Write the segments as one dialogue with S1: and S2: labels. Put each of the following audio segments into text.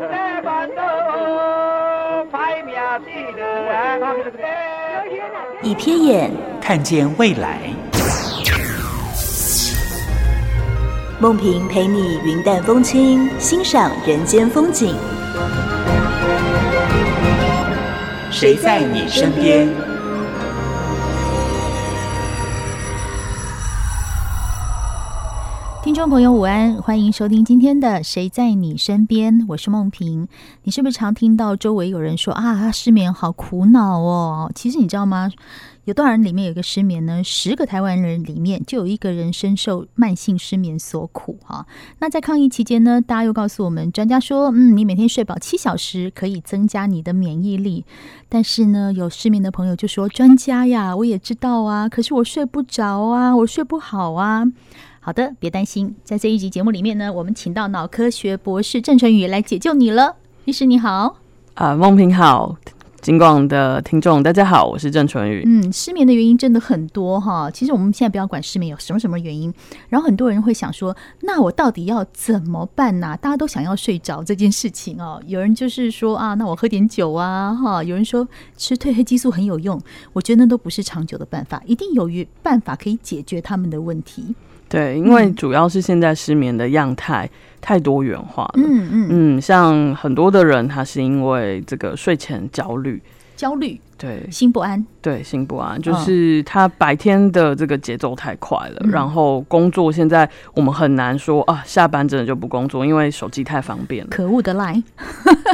S1: 在板头拍面地头，
S2: 一瞥眼，
S3: 看见未来。
S2: 梦萍陪你云淡风轻，欣赏人间风景。
S3: 谁在你身边？
S4: 听众朋友，午安，欢迎收听今天的《谁在你身边》，我是梦萍。你是不是常听到周围有人说啊，失眠好苦恼哦？其实你知道吗？有多少人里面有一个失眠呢？十个台湾人里面就有一个人深受慢性失眠所苦哈、那在抗疫期间呢，大家又告诉我们，专家说，嗯，你每天睡饱七小时可以增加你的免疫力。但是呢，有失眠的朋友就说，专家呀，我也知道啊，可是我睡不着啊，我睡不好啊。好的，别担心，在这一集节目里面呢，我们请到脑科学博士郑淳宇来解救你了。医师你好，
S5: 啊，梦萍好，金广的听众大家好，我是郑淳宇。
S4: 嗯，失眠的原因真的很多哈。其实我们现在不要管失眠有什么什么原因，然后很多人会想说，那我到底要怎么办呐、大家都想要睡着这件事情哦。 有人就是说啊，那我喝点酒啊，哈。有人说吃褪黑激素很有用，我觉得那都不是长久的办法，一定有于办法可以解决他们的问题。
S5: 对，因为主要是现在失眠的样态太多元化了。
S4: 嗯嗯，
S5: 嗯像很多的人他是因为这个睡前焦虑，
S4: 焦虑、
S5: 对
S4: 心不安，
S5: 对，心不
S4: 嗯
S5: 安，就是他白天的这个节奏太快了，
S4: 嗯
S5: 然后工作现在我们很难说啊，下班真的就不工作，因为手机太方便了，
S4: 可恶的 lie。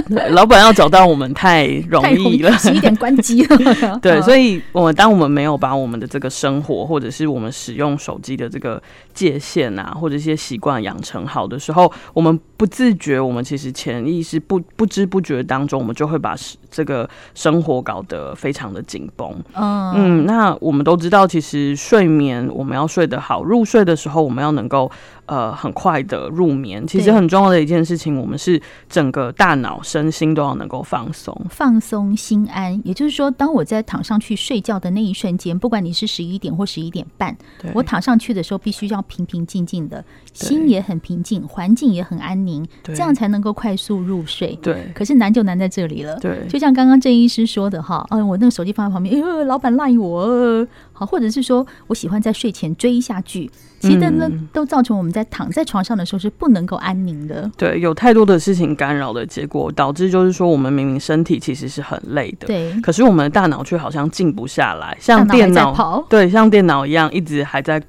S5: 对老板要找到我们太容
S4: 太
S5: 易 了，。
S4: 十一点关机了
S5: 对，所
S4: 以
S5: 以我们当我们没有把我们的这个生活，或者是我们使用手机的这个界限啊，或者一些习惯养成好的时候，我们不自觉，我们其实潜意识不不知不觉当中，我们就会把是这个生活搞得非常的紧绷。
S4: 嗯
S5: 嗯，那我们都知道，其实睡眠我们要睡得好，入睡的时候我们要能够呃很快的入眠。其实
S4: 对
S5: 很重要的一件事情，我们是整个大脑、身心都要能够放松。
S4: 放松心安，也就是说，当我在躺上去睡觉的那一瞬间，不管你是十一点或十一点半，
S5: 对
S4: 我躺上去的时候必须要平平静静的，心也很平静，环境也很安宁，这
S5: 对
S4: 样才能够快速入睡。
S5: 对
S4: 可是难就难在这里了。
S5: 对
S4: 就像刚刚郑医师说的哈，嗯、我那个手机放在旁边，哎呦，老板赖我，呃好，或者是说我喜欢在睡前追一下剧，其实呢、
S5: 嗯
S4: 都造成我们在躺在床上的时候是不能够安宁的。
S5: 对，有太多的事情干扰的结果，导致就是说，我们明明身体其实是很累的，
S4: 对，
S5: 可是我们的大脑却好像静不下来，
S4: 大
S5: 像
S4: 脑
S5: 电
S4: 还在
S5: 脑，
S4: 跑，
S5: 对，像电脑一样，一直还在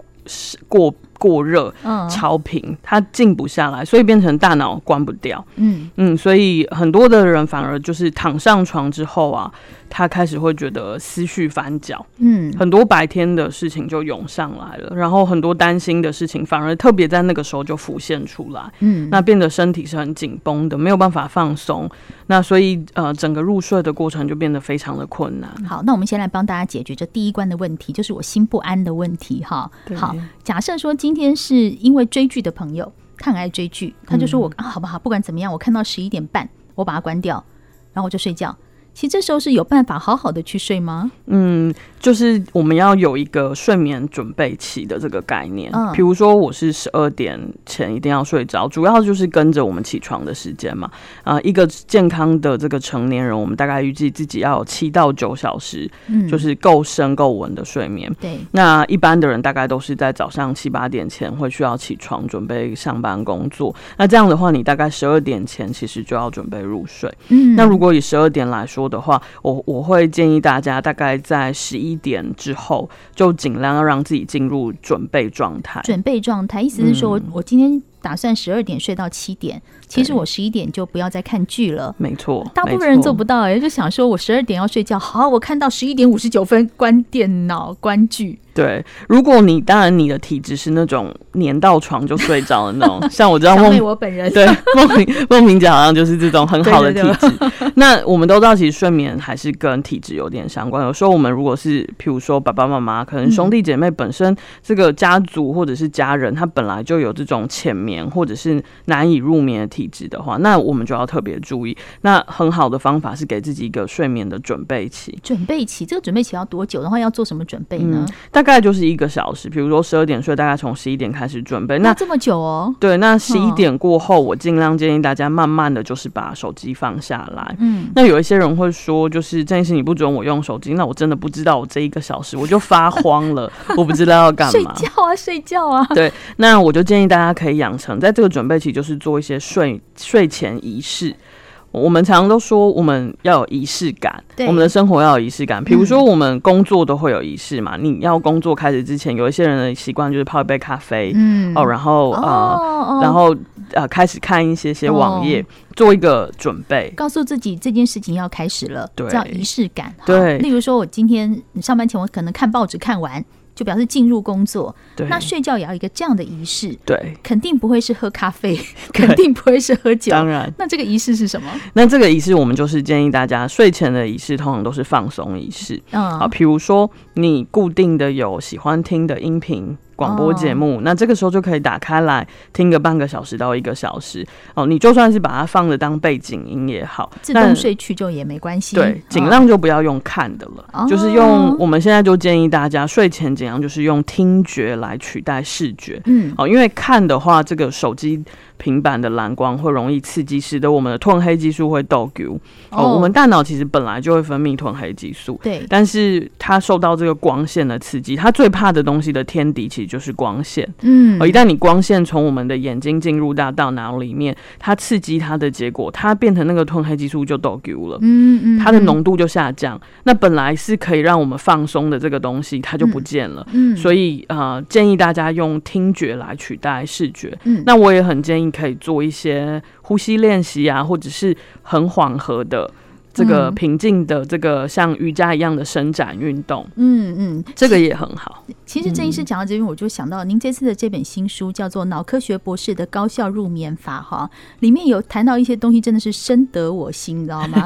S5: 过过热、
S4: 嗯
S5: 超频，它静不下来，所以变成大脑关不掉。
S4: 嗯，
S5: 嗯，所以很多的人反而就是躺上床之后啊，他开始会觉得思绪翻搅，
S4: 嗯，
S5: 很多白天的事情就涌上来了，然后很多担心的事情反而特别在那个时候就浮现出来。
S4: 嗯，
S5: 那变得身体是很紧绷的，没有办法放松。那所以呃，整个入睡的过程就变得非常的困难。
S4: 好，那我们先来帮大家解决这第一关的问题，就是我心不安的问题哈。好，假设说今天是因为追剧的朋友，他很爱追剧，他就说
S5: 嗯
S4: 我、啊，好不好？不管怎么样，我看到十一点半，我把它关掉，然后我就睡觉。其实这时候是有办法好好的去睡吗？
S5: 嗯，就是我们要有一个睡眠准备期的这个概念。
S4: 嗯
S5: 比如说我是十二点前一定要睡着，主要就是跟着我们起床的时间嘛。啊、一个健康的这个成年人，我们大概预计自己要有七到九小时，
S4: 嗯，
S5: 就是够深够稳的睡眠。
S4: 对，
S5: 那一般的人大概都是在早上七八点前会需要起床准备上班工作。那这样的话，你大概十二点前其实就要准备入睡。
S4: 嗯，
S5: 那如果以十二点来说的话，我我会建议大家大概在十一点之后，就尽量要让自己进入准备状态。
S4: 准备状态，意思是说我、我今天打算十二点睡到七点，其实
S5: 嗯对
S4: 我十一点就不要再看剧了。
S5: 没错，
S4: 大部分人
S5: 没错
S4: 做不到哎、就想说我十二点要睡觉，好，我看到十一点五十九分关电脑关剧，
S5: 对，如果你当然你的体质是那种黏到床就睡着的那 种，像我知道
S4: 小
S5: 梦
S4: 美我本人
S5: 对， 梦萍梦萍姐好像就是这种很好的体质。 那我们都知道，其实睡眠还是跟体质有点相关。有时候我们如果是，譬如说爸爸妈妈，可能兄弟姐妹本身这个家族或者是家人，他本来就有这种浅眠或者是难以入眠的体质的话，那我们就要特别注意。那很好的方法是给自己一个睡眠的准备期。
S4: 准备期，这个准备期要多久？然后要做什么准备呢？
S5: 大概就是一个小时，比如说十二点睡，大概从十一点开始准备。那
S4: 那这么久哦，
S5: 对，那十一
S4: 嗯
S5: 点过后，我尽量建议大家慢慢的就是把手机放下来。
S4: 嗯，
S5: 那有一些人会说，就是这件事你不准我用手机，那我真的不知道我这一个小时我就发慌 了，我不知道要干
S4: 睡
S5: 嘛。
S4: 觉啊，睡觉啊，
S5: 对，那我就建议大家可以养成在这个准备期，就是做一些睡睡前仪式。我们常常都说我们要有仪式感，
S4: 对嗯
S5: 我们的生活要有仪式感。比如说我们工作都会有仪式嘛，你要工作开始之前，有一些人的习惯就是泡一杯咖啡，
S4: 嗯
S5: 哦，然后呃，
S4: 哦
S5: 然后呃开始看一些些网页，
S4: 哦
S5: 做一个准备。
S4: 告诉自己这件事情要开始了，
S5: 对
S4: 叫仪式感。哈
S5: 对
S4: 例如说我今天上班前我可能看报纸看完，就表示进入工作。
S5: 对，
S4: 那睡觉也要一个这样的仪式，
S5: 对，
S4: 肯定不会是喝咖啡，
S5: 对
S4: 肯定不会是喝酒。
S5: 当然，
S4: 那这个仪式是什么？
S5: 那这个仪式我们就是建议大家睡前的仪式通常都是放松仪式啊，
S4: 嗯，
S5: 比如说你固定的有喜欢听的音频。广播
S4: 哦
S5: 节目，那这个时候就可以打开来听个半个小时到一个小时哦。你就算是把它放着当背景音也好，
S4: 自
S5: 但
S4: 动睡去就也没关系。
S5: 对，尽
S4: 嗯
S5: 量就不要用看的了，
S4: 哦
S5: 就是用我们现在就建议大家睡前尽量就是用听觉来取代视觉。
S4: 嗯，
S5: 哦，因为看的话，这个手机、平板的蓝光会容易刺激，使得我们的褪黑激素会斗 Q。哦，我们大脑其实本来就会分泌褪黑激素，
S4: 对
S5: 但是它受到这个光线的刺激，它最怕的东西的天敌其实就是光线。
S4: 嗯
S5: 哦，一旦你光线从我们的眼睛进入到大脑里面，它刺激它的结果，它变成那个褪黑激素就斗 Q 了。
S4: 嗯嗯，
S5: 它的浓度就下降，那本来是可以让我们放松的这个东西，它就不见了。
S4: 嗯，
S5: 所以呃，建议大家用听觉来取代视觉。
S4: 嗯
S5: 那我也很建议可以做一些呼吸练习啊，或者是很缓和的这个
S4: 嗯
S5: 平静的这个像瑜伽一样的伸展运动，
S4: 嗯嗯，
S5: 这个也很好。
S4: 其实郑医师讲到这边，我就想到您这次的这本新书叫做《脑科学博士的高效入眠法》哈，里面有谈到一些东西，真的是深得我心，你知 道吗？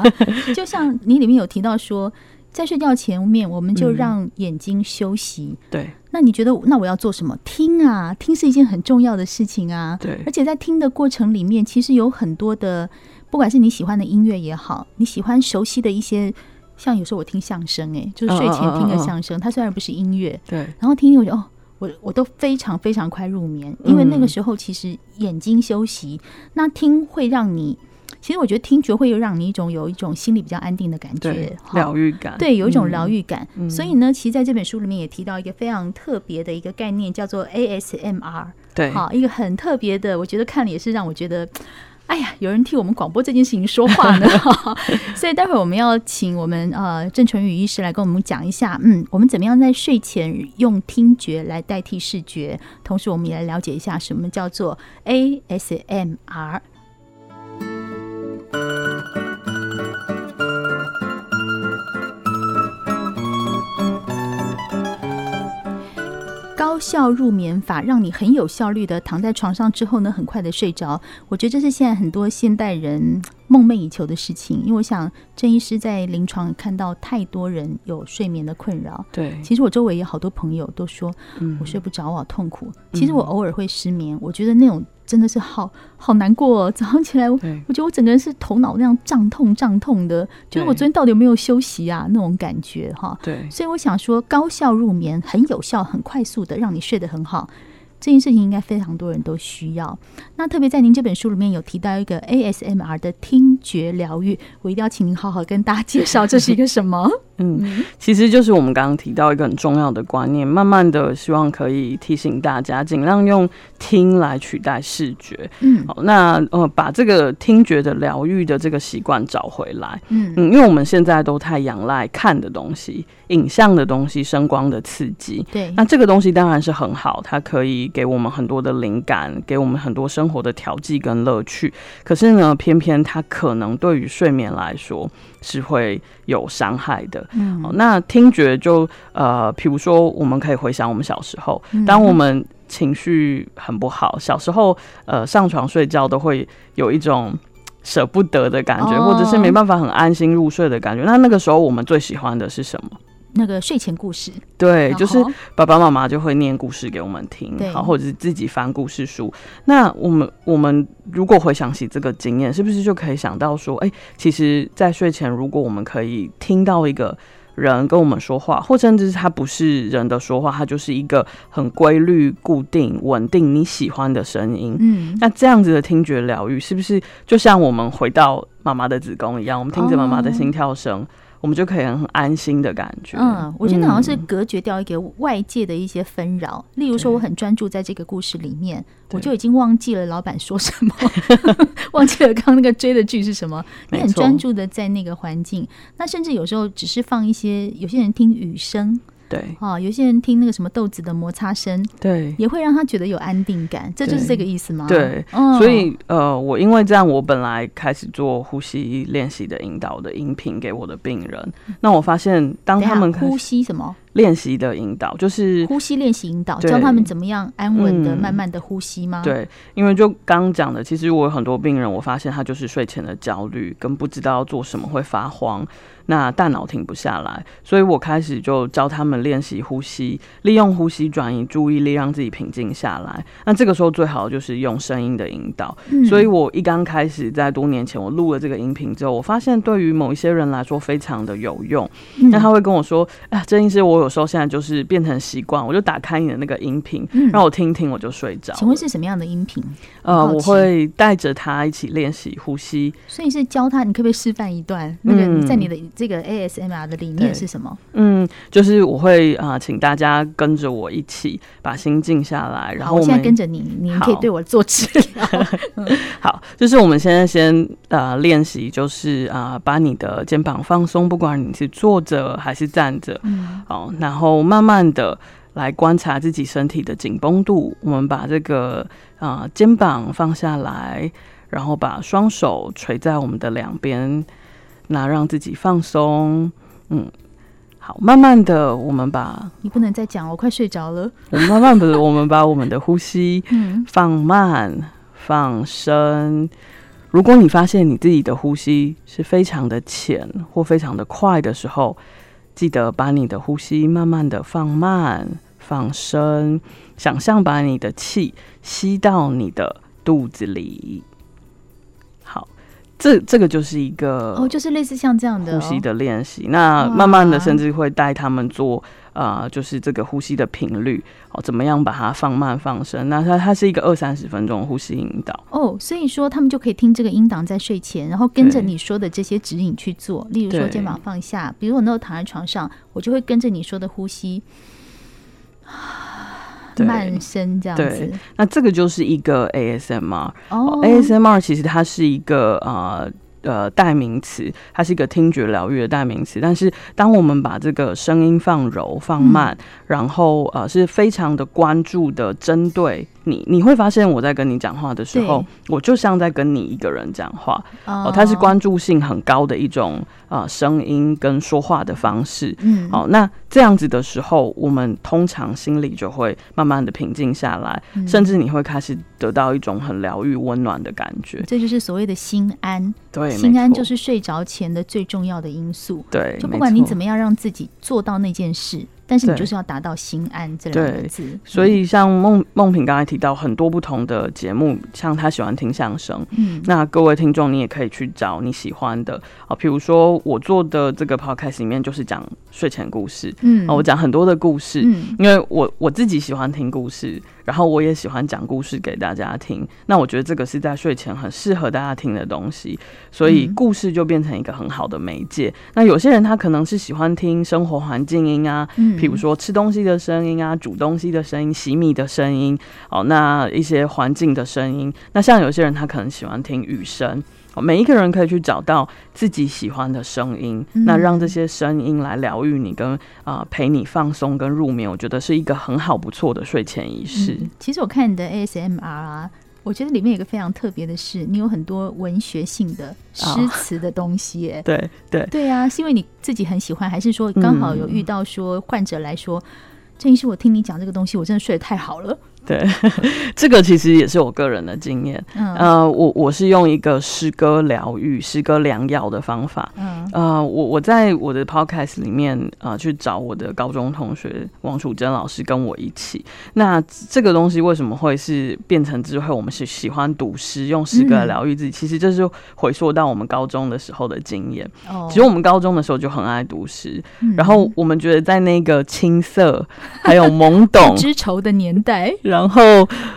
S4: 就像你里面有提到说，在睡觉前面，我们就
S5: 嗯
S4: 让眼睛休息。
S5: 对
S4: 那你觉得，那我要做什么？听啊，听是一件很重要的事情啊。
S5: 对
S4: 而且在听的过程里面，其实有很多的，不管是你喜欢的音乐也好，你喜欢熟悉的一些，像有时候我听相声、欸，就是睡前听个相
S5: 嗯
S4: 声，它虽然不是音乐，
S5: 对
S4: 然后听听我就哦，我我都非常非常快入眠，
S5: 嗯
S4: 因为那个时候其实眼睛休息，那听会让你，其实我觉得听觉会有让你一种有一种心里比较安定的感
S5: 对
S4: 觉，，哈
S5: 疗愈感。嗯
S4: 对，有一种疗
S5: 愈。
S4: 愈感。所以呢，其实在这本书里面也提到一个非常特别的一个概念，叫做 ASMR，
S5: 嗯对，
S4: 好，一个很特别的，我觉得看了也是让我觉得。哎呀，有人替我们广播这件事情说话呢， 所以待会儿我们要请我们呃郑淳宇医师来跟我们讲一下，嗯，我们怎么样在睡前用听觉来代替视觉，同时我们也来了解一下什么叫做 ASMR。高效入眠法，让你很有效率的躺在床上之后呢，很快的睡着。我觉得这是现在很多现代人梦寐以求的事情，因为我想郑医师在临床看到太多人有睡眠的困扰。
S5: 对，
S4: 其实我周围也好多朋友都说
S5: 嗯
S4: 我睡不着，我好痛苦。其实我偶尔会失眠，我觉得那种真的是好好难过、哦。早上起来我，
S5: 对
S4: 我觉得我整个人是头脑那样胀痛胀痛的，觉得我
S5: 对
S4: 昨天到底有没有休息啊？那种感觉哈。
S5: 对
S4: 所以我想说，高效入眠很有效、很快速的让你睡得很好，这件事情应该非常多人都需要。那特别在您这本书里面有提到一个 ASMR 的听觉疗愈，我一定要请您好好跟大家介绍这是一个什么。
S5: 嗯，其实就是我们刚刚提到一个很重要的观念，慢慢的希望可以提醒大家，尽量用听来取代视觉。
S4: 嗯
S5: 好，那呃，把这个听觉的疗愈的这个习惯找回来。
S4: 嗯
S5: 嗯，因为我们现在都太仰赖看的东西、影像的东西、声光的刺激。
S4: 对，
S5: 那这个东西当然是很好，它可以给我们很多的灵感，给我们很多生活的调剂跟乐趣。可是呢，偏偏它可能对于睡眠来说是会有伤害的。的。嗯、哦，那听觉就呃，比如说我们可以回想我们小时候，
S4: 嗯
S5: 当我们情绪很不好，小时候呃上床睡觉都会有一种。舍不得的感觉，
S4: 哦
S5: 或者是没办法很安心入睡的感觉。那那个时候我们最喜欢的是什么？
S4: 那个睡前故事，
S5: 对，
S4: 然
S5: 就是
S4: 后
S5: 爸爸妈妈就会念故事给我们听
S4: 对，
S5: 好，或者是自己翻故事书。那我们我们如果回想起这个经验，是不是就可以想到说，哎、其实，在睡前，如果我们可以听到一个人跟我们说话，或甚至是他不是人的说话，他就是一个很规律、固定、稳定你喜欢的声音，
S4: 嗯，
S5: 那这样子的听觉疗愈，是不是就像我们回到妈妈的子宫一样，我们听着妈妈的心跳声，我们就可以很安心的感觉？
S4: 哦嗯，我觉得好像是
S5: 嗯
S4: 隔绝掉一个外界的一些纷扰。例如说，
S5: 对
S4: 我很专注在这个故事里面，
S5: 对
S4: 我就已经忘记了老板说什么， 忘记了刚刚那个追的剧是什么。你
S5: 没
S4: 很
S5: 错
S4: 专注的在那个环境，那甚至有时候只是放一些，有些人听雨声
S5: 对
S4: 啊，有些人听那个什么豆子的摩擦声，
S5: 对。
S4: 也会让他觉得有安定感。这就是这个意思吗？
S5: 对，
S4: 嗯
S5: 所以呃，我因为这样，我本来开始做呼吸练习的引导的音频给我的病人。那我发现，当
S4: 等一下
S5: 他们开
S4: 呼
S5: 始
S4: 吸什么？
S5: 练习的引导，就是
S4: 呼吸练习引导，
S5: 对
S4: 教他们怎么样安稳的、
S5: 嗯
S4: 慢慢的呼吸吗？，
S5: 对，因为就刚讲的，其实我有很多病人，我发现他就是睡前的焦虑，跟不知道做什么会发慌，那大脑停不下来，所以我开始就教他们练习呼吸，利用呼吸转移注意力，让自己平静下来。那这个时候最好就是用声音的引导。
S4: 嗯
S5: 所以我一刚开始在多年前，我录了这个音频之后，我发现对于某一些人来说非常的有用。
S4: 嗯
S5: 那他会跟我说：“啊，郑医师，我有时候现在就是变成习惯，我就打开你的那个音频，让我听听，我就睡着了。”
S4: 嗯请问是什么样的音频？
S5: 呃，
S4: 好奇
S5: 我会带着他一起练习呼吸。
S4: 所以是教他，你可不可以示范一段？那个
S5: 嗯
S4: 你在你的这个 ASMR 的理念
S5: 对
S4: 是什么？
S5: 嗯，就是我会啊、呃请大家跟着我一起把心静下来，然
S4: 好，
S5: 后
S4: 我
S5: 我
S4: 现在
S5: 们
S4: 跟着你，你
S5: 好
S4: 可以对我做治 疗。
S5: 好，就是我们现在先呃练习，就是啊、呃把你的肩膀放松，不管你是坐着还是站着，
S4: 嗯
S5: 好，然后慢慢的来观察自己身体的紧绷度。我们把这个啊、呃肩膀放下来，然后把双手垂在我们的两边，那让自己放松。嗯，好，慢慢的，我们把
S4: 你不能再讲了，我快睡着了。
S5: 我们慢慢的，我们把我们的呼吸
S4: 嗯，
S5: 放慢、放深。如果你发现你自己的呼吸是非常的浅或非常的快的时候，记得把你的呼吸慢慢的放慢、放深，想象把你的气吸到你的肚子里。好，这这个就是一个
S4: 哦，就是类似像这样的
S5: 呼
S4: 哦
S5: 吸的练习。那
S4: 哇
S5: 慢慢的，甚至会带他们做呃，就是这个呼吸的频率，哦，怎么样把它放慢放深？那它它是一个二三十分钟的呼吸引导，
S4: 哦，所以说他们就可以听这个音档在睡前，然后跟着你说的这些指引去做。例如说
S5: 对
S4: 肩膀放下，比如我那时候躺在床上，我就会跟着你说的呼吸，
S5: 对
S4: 慢声这样
S5: 对哎
S4: 子。
S5: 那这个就是一个 ASMR。
S4: 哦
S5: ASMR 其实它是一个呃。呃，代名词，它是一个听觉疗愈的代名词。但是，当我们把这个声音放柔、放慢，
S4: 嗯
S5: 然后呃，是非常的关注的针对你，你会发现我在跟你讲话的时候
S4: 对，
S5: 我就像在跟你一个人讲话。
S4: 哦
S5: 哦，它是关注性很高的一种呃声音跟说话的方式。
S4: 嗯
S5: 好、那这样子的时候，我们通常心里就会慢慢的平静下来，
S4: 嗯
S5: 甚至你会开始得到一种很疗愈、温暖的感觉。
S4: 这就是所谓的心安。
S5: 对，没
S4: 心安
S5: 错
S4: 就是睡着前的最重要的因素。
S5: 对，
S4: 就不管你怎
S5: 么。
S4: 么样让自己做到那件事，但是你
S5: 对
S4: 就是要达到心安这两个
S5: 对
S4: 字。
S5: 所以，像梦梦萍刚才提到很多不同的节目，像她喜欢听相声，
S4: 嗯，
S5: 那各位听众，你也可以去找你喜欢的啊，比如说我做的这个 podcast 里面就是讲睡前故事，
S4: 嗯
S5: 啊，我讲很多的故事，
S4: 嗯
S5: 因为我我自己喜欢听故事，然后我也喜欢讲故事给大家听。那我觉得这个是在睡前很适合大家听的东西，所以
S4: 嗯
S5: 故事就变成一个很好的媒介。那有些人他可能是喜欢听生活环境音啊，
S4: 嗯
S5: 比如说吃东西的声音啊、煮东西的声音、洗米的声音，哦，那一些环境的声音。那像有些人他可能喜欢听雨声。哦每一个人可以去找到自己喜欢的声音，
S4: 嗯
S5: 那让这些声音来疗愈你跟啊、陪你放松
S4: 嗯
S5: 跟入眠，我觉得是一个很好不错的睡前仪式。
S4: 嗯其实我看你的 ASMR 啊，我觉得里面有一个非常特别的是，你有很多文学性的诗
S5: 哦
S4: 词的东 西耶、
S5: 对对，
S4: 对啊，是因为你自己很喜欢，还是说
S5: 嗯
S4: 刚好有遇到说患者来说，郑医师，我听你讲这个东西，我真的睡得太好了。
S5: 对， 这个其实也是我个人的经验。
S4: 嗯
S5: 呃，我我是用一个诗歌疗愈、诗歌良药的方法。
S4: 嗯
S5: 呃，我我在我的 podcast 里面啊、呃去找我的高中同学王楚珍老师跟我一起。那这个东西为什么会是变成之后我们是喜欢读诗，用诗
S4: 嗯
S5: 歌来疗愈自己？其实这是回溯到我们高中的时候的经验。
S4: 哦
S5: 其实我们高中的时候就很爱读诗，
S4: 嗯
S5: 然后我们觉得在那个青涩还有懵懂
S4: 不。知愁的年代，
S5: 然后，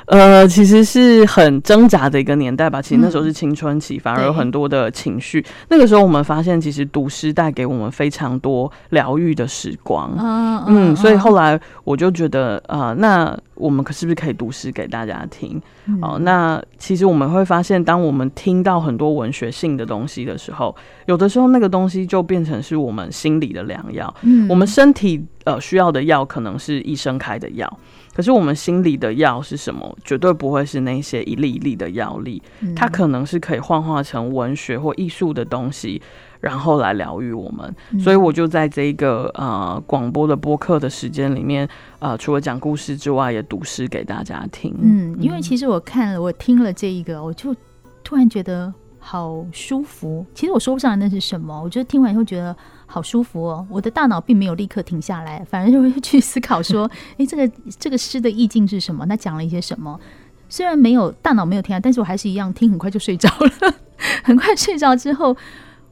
S5: 呃，其实是很挣扎的一个年代吧。其实那时候是青春期，反而有
S4: 对
S5: 很多的情绪。那个时候，我们发现其实读诗带给我们非常多疗愈的时光。
S4: 嗯
S5: 嗯，所以后来我就觉得，呃，那我们可是不是可以读诗给大家听？
S4: 嗯
S5: 哦，那其实我们会发现，当我们听到很多文学性的东西的时候，有的时候那个东西就变成是我们心里的良药。
S4: 嗯
S5: 我们身体呃需要的药可能是医生开的药，可是我们心里的药是什么？绝对不会是那些一粒一粒的药粒，
S4: 嗯
S5: 它可能是可以幻化成文学或艺术的东西，然后来疗愈我们。所以
S4: 嗯
S5: 我就在这个呃广播的播客的时间里面，呃，除了讲故事之外，也读诗给大家听。
S4: 嗯，因为其实我看了，我听了这一个，我就突然觉得好舒服。其实我说不上来那是什么，我觉得听完以后觉得好舒服哦。我的大脑并没有立刻停下来，反而就会去思考 说，诶，这个这个诗的意境是什么？那讲了一些什么？虽然没有大脑没有停下来，但是我还是一样听，很快就睡着了。 很快睡着之后，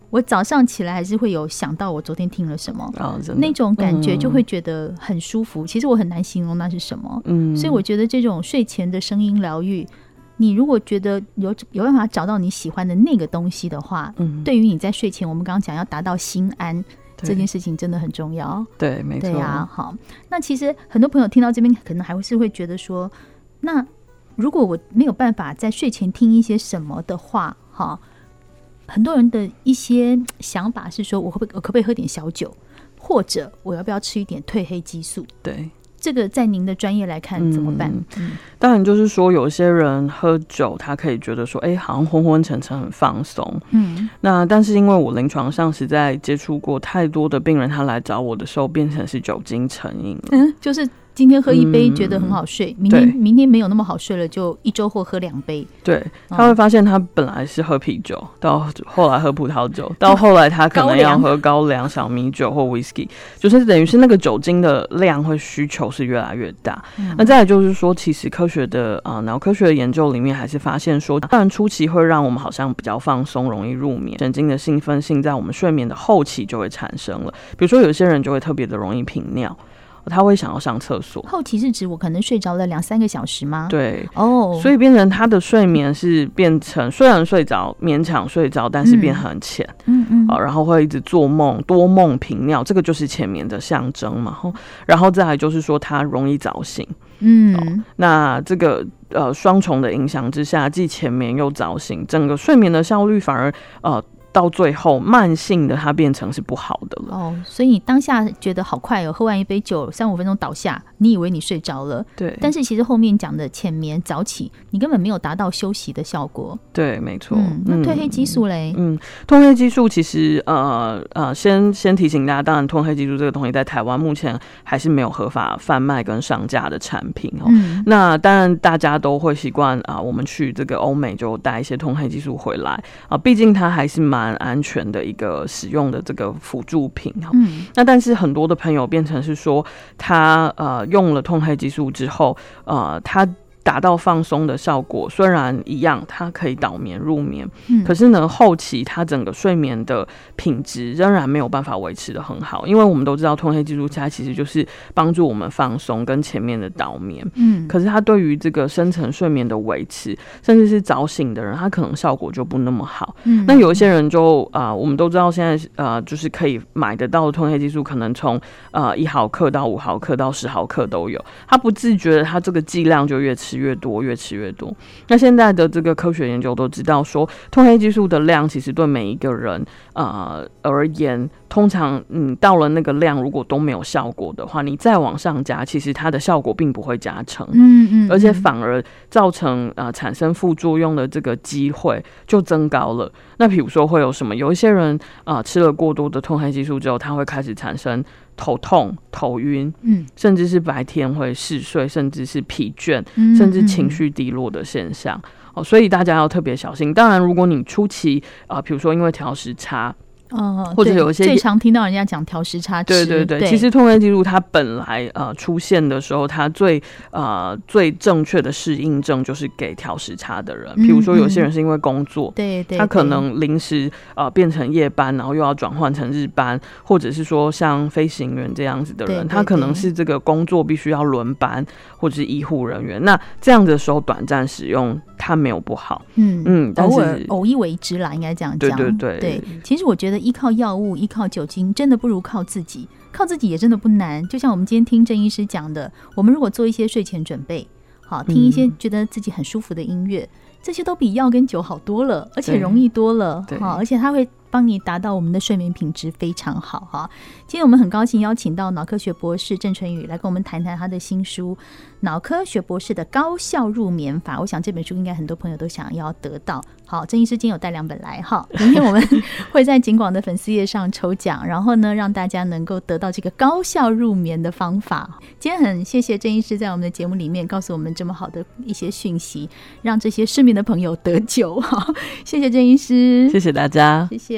S4: 我早上起来还是会有想到我昨天听了什么。
S5: 啊、真的
S4: 那种感觉就会觉得很舒服，其实我很难形容那是什么。
S5: 嗯，
S4: 所以我觉得这种睡前的声音疗愈，你如果觉得有有办法找到你喜欢的那个东西的话，
S5: 嗯
S4: 对于你在睡前，我们刚刚讲要达到心安
S5: 对
S4: 这件事情真的很重要。
S5: 对，没错，
S4: 对啊呀、好，那其实很多朋友听到这边，可能还会是会觉得说，那如果我没有办法在睡前听一些什么的话，哈，很多人的一些想法是说，我会不会我可不可以喝点小酒，或者我要不要吃一点褪黑激素？
S5: 对。
S4: 这个在您的专业来看怎么办？嗯
S5: 当然，就是说，有些人喝酒，他可以觉得说，哎、好像昏昏沉沉，很放松。
S4: 嗯
S5: 那但是因为我临床上实在接触过太多的病人，他来找我的时候，变成是酒精成瘾了。
S4: 嗯，就是今天喝一杯觉得很好睡，明天
S5: 嗯对
S4: 明天没有那么好睡了，就一周或喝两杯。
S5: 对，
S4: 哦
S5: 他会发现他本来是喝啤酒，到后来喝葡萄 酒，到后来他可
S4: 高
S5: 能
S4: 粱
S5: 要喝高粱、小米酒或 whisky，就是等于是那个酒精的量和需求是越来越大。那再来就是说，其实科学的啊、呃脑科学的研究里面还是发现说，当然初期会让我们好像比较放松，容易入眠，神经的兴奋性在我们睡眠的后期就会产生了。比如说有些人就会特别的容易频尿，他会想要上厕所，
S4: 后期是指我可能睡着了两三个小时吗？，
S5: 对，
S4: 哦，
S5: 所以变成他的睡眠是变成虽然睡着勉强睡着，但是
S4: 嗯
S5: 变很浅
S4: 嗯嗯
S5: 啊、然后会一直做梦、多梦、频尿，这个就是浅眠的象征嘛。吼然后再来就是说他容易早醒，哦
S4: 嗯，
S5: 那这个呃双重的影响之下，既浅眠又早醒，整个睡眠的效率反而呃到最后慢性的它变成是不好的了。
S4: 哦，所以你当下觉得好快哦，喝完一杯酒三五分钟倒下，你以为你睡着了，
S5: 对，
S4: 但是其实后面讲的浅眠、早起，你根本没有达到休息的效果。
S5: 对，没错。
S4: 嗯，那褪黑激素嘞？
S5: 嗯，褪黑激素其实呃呃，先先提醒大家，当然褪黑激素这个东西在台湾目前还是没有合法贩卖跟上架的产品哦。
S4: 嗯
S5: 那当然，大家都会习惯啊，我们去这个欧美就带一些褪黑激素回来啊，毕竟它还是蛮安全的一个使用的这个辅助品哦。
S4: 嗯
S5: 那但是很多的朋友变成是说，他呃用了褪黑激素之后，呃，他达到放松的效果，虽然一样，它可以倒眠入眠，
S4: 嗯，
S5: 可是呢，后期他整个睡眠的品质仍然没有办法维持的很好，因为我们都知道褪黑激素它其实就是帮助我们放松跟前面的倒眠。
S4: 嗯
S5: 可是它对于这个深层睡眠的维持，甚至是早醒的人，它可能效果就不那么好。
S4: 嗯
S5: 那有一些人就啊、呃我们都知道现在呃，就是可以买得到的褪黑激素，可能从呃一毫克到五毫克到十毫克都有。他不自觉的，他这个剂量就越吃吃越多，越吃越多。那现在的这个科学研究都知道说，褪黑激素的量其实对每一个人呃而言，通常你到了那个量如果都没有效果的话，你再往上加，其实它的效果并不会加成。
S4: 嗯嗯，
S5: 而且
S4: 嗯
S5: 反而造成呃产生副作用的这个机会就增高了。那比如说会有什么？有一些人啊、呃吃了过多的褪黑激素之后，他会开始产生头痛、头晕，
S4: 嗯
S5: 甚至是白天会嗜睡，甚至是疲倦，
S4: 嗯
S5: 甚至情
S4: 嗯
S5: 绪低落的现象。哦，所以大家要特别小心。当然，如果你初期啊，呃比、如说因为调时差，
S4: 哦，
S5: 或者
S4: 对
S5: 有一些
S4: 最
S5: 也
S4: 常听到人家讲调时差
S5: 对
S4: 吃，
S5: 对对，其实褪黑激素它本来呃出现的时候，它最呃最正确的适应症就是给调时差的人，比如说有些人是因为工作。
S4: 嗯对对，
S5: 他可
S4: 对
S5: 能临时呃变成夜班，然后又要转换成日班，或者是说像飞行员这样子的人，
S4: 对对
S5: 他可能
S4: 对
S5: 是这个工作必须要轮班，或者是医护人员。那这样的时候短暂使用它没有不好，
S4: 嗯
S5: 嗯，但
S4: 偶尔
S5: 是
S4: 偶一为之啦，应该这样
S5: 对
S4: 讲。
S5: 对对
S4: 其实我觉得依靠药物、依靠酒精，真的不如靠自己。靠自己也真的不难。就像我们今天听郑医师讲的，我们如果做一些睡前准备，好听一些
S5: 嗯
S4: 觉得自己很舒服的音乐，这些都比药跟酒好多了，而且
S5: 对
S4: 容易多了。
S5: 对
S4: 好，而且它会。帮你达到我们的睡眠品质非常好哈。今天我们很高兴邀请到脑科学博士郑淳宇来跟我们谈谈他的新书脑科学博士的高效入眠法，我想这本书应该很多朋友都想要得到。好，郑医师今天有带两本来哈，明天我们会在景广的粉丝页上抽奖，然后呢，让大家能够得到这个高效入眠的方法。今天很谢谢郑医师在我们的节目里面告诉我们这么好的一些讯息，让这些失眠的朋友得救。 好，谢谢郑医师，
S5: 谢谢大家，
S4: 谢谢。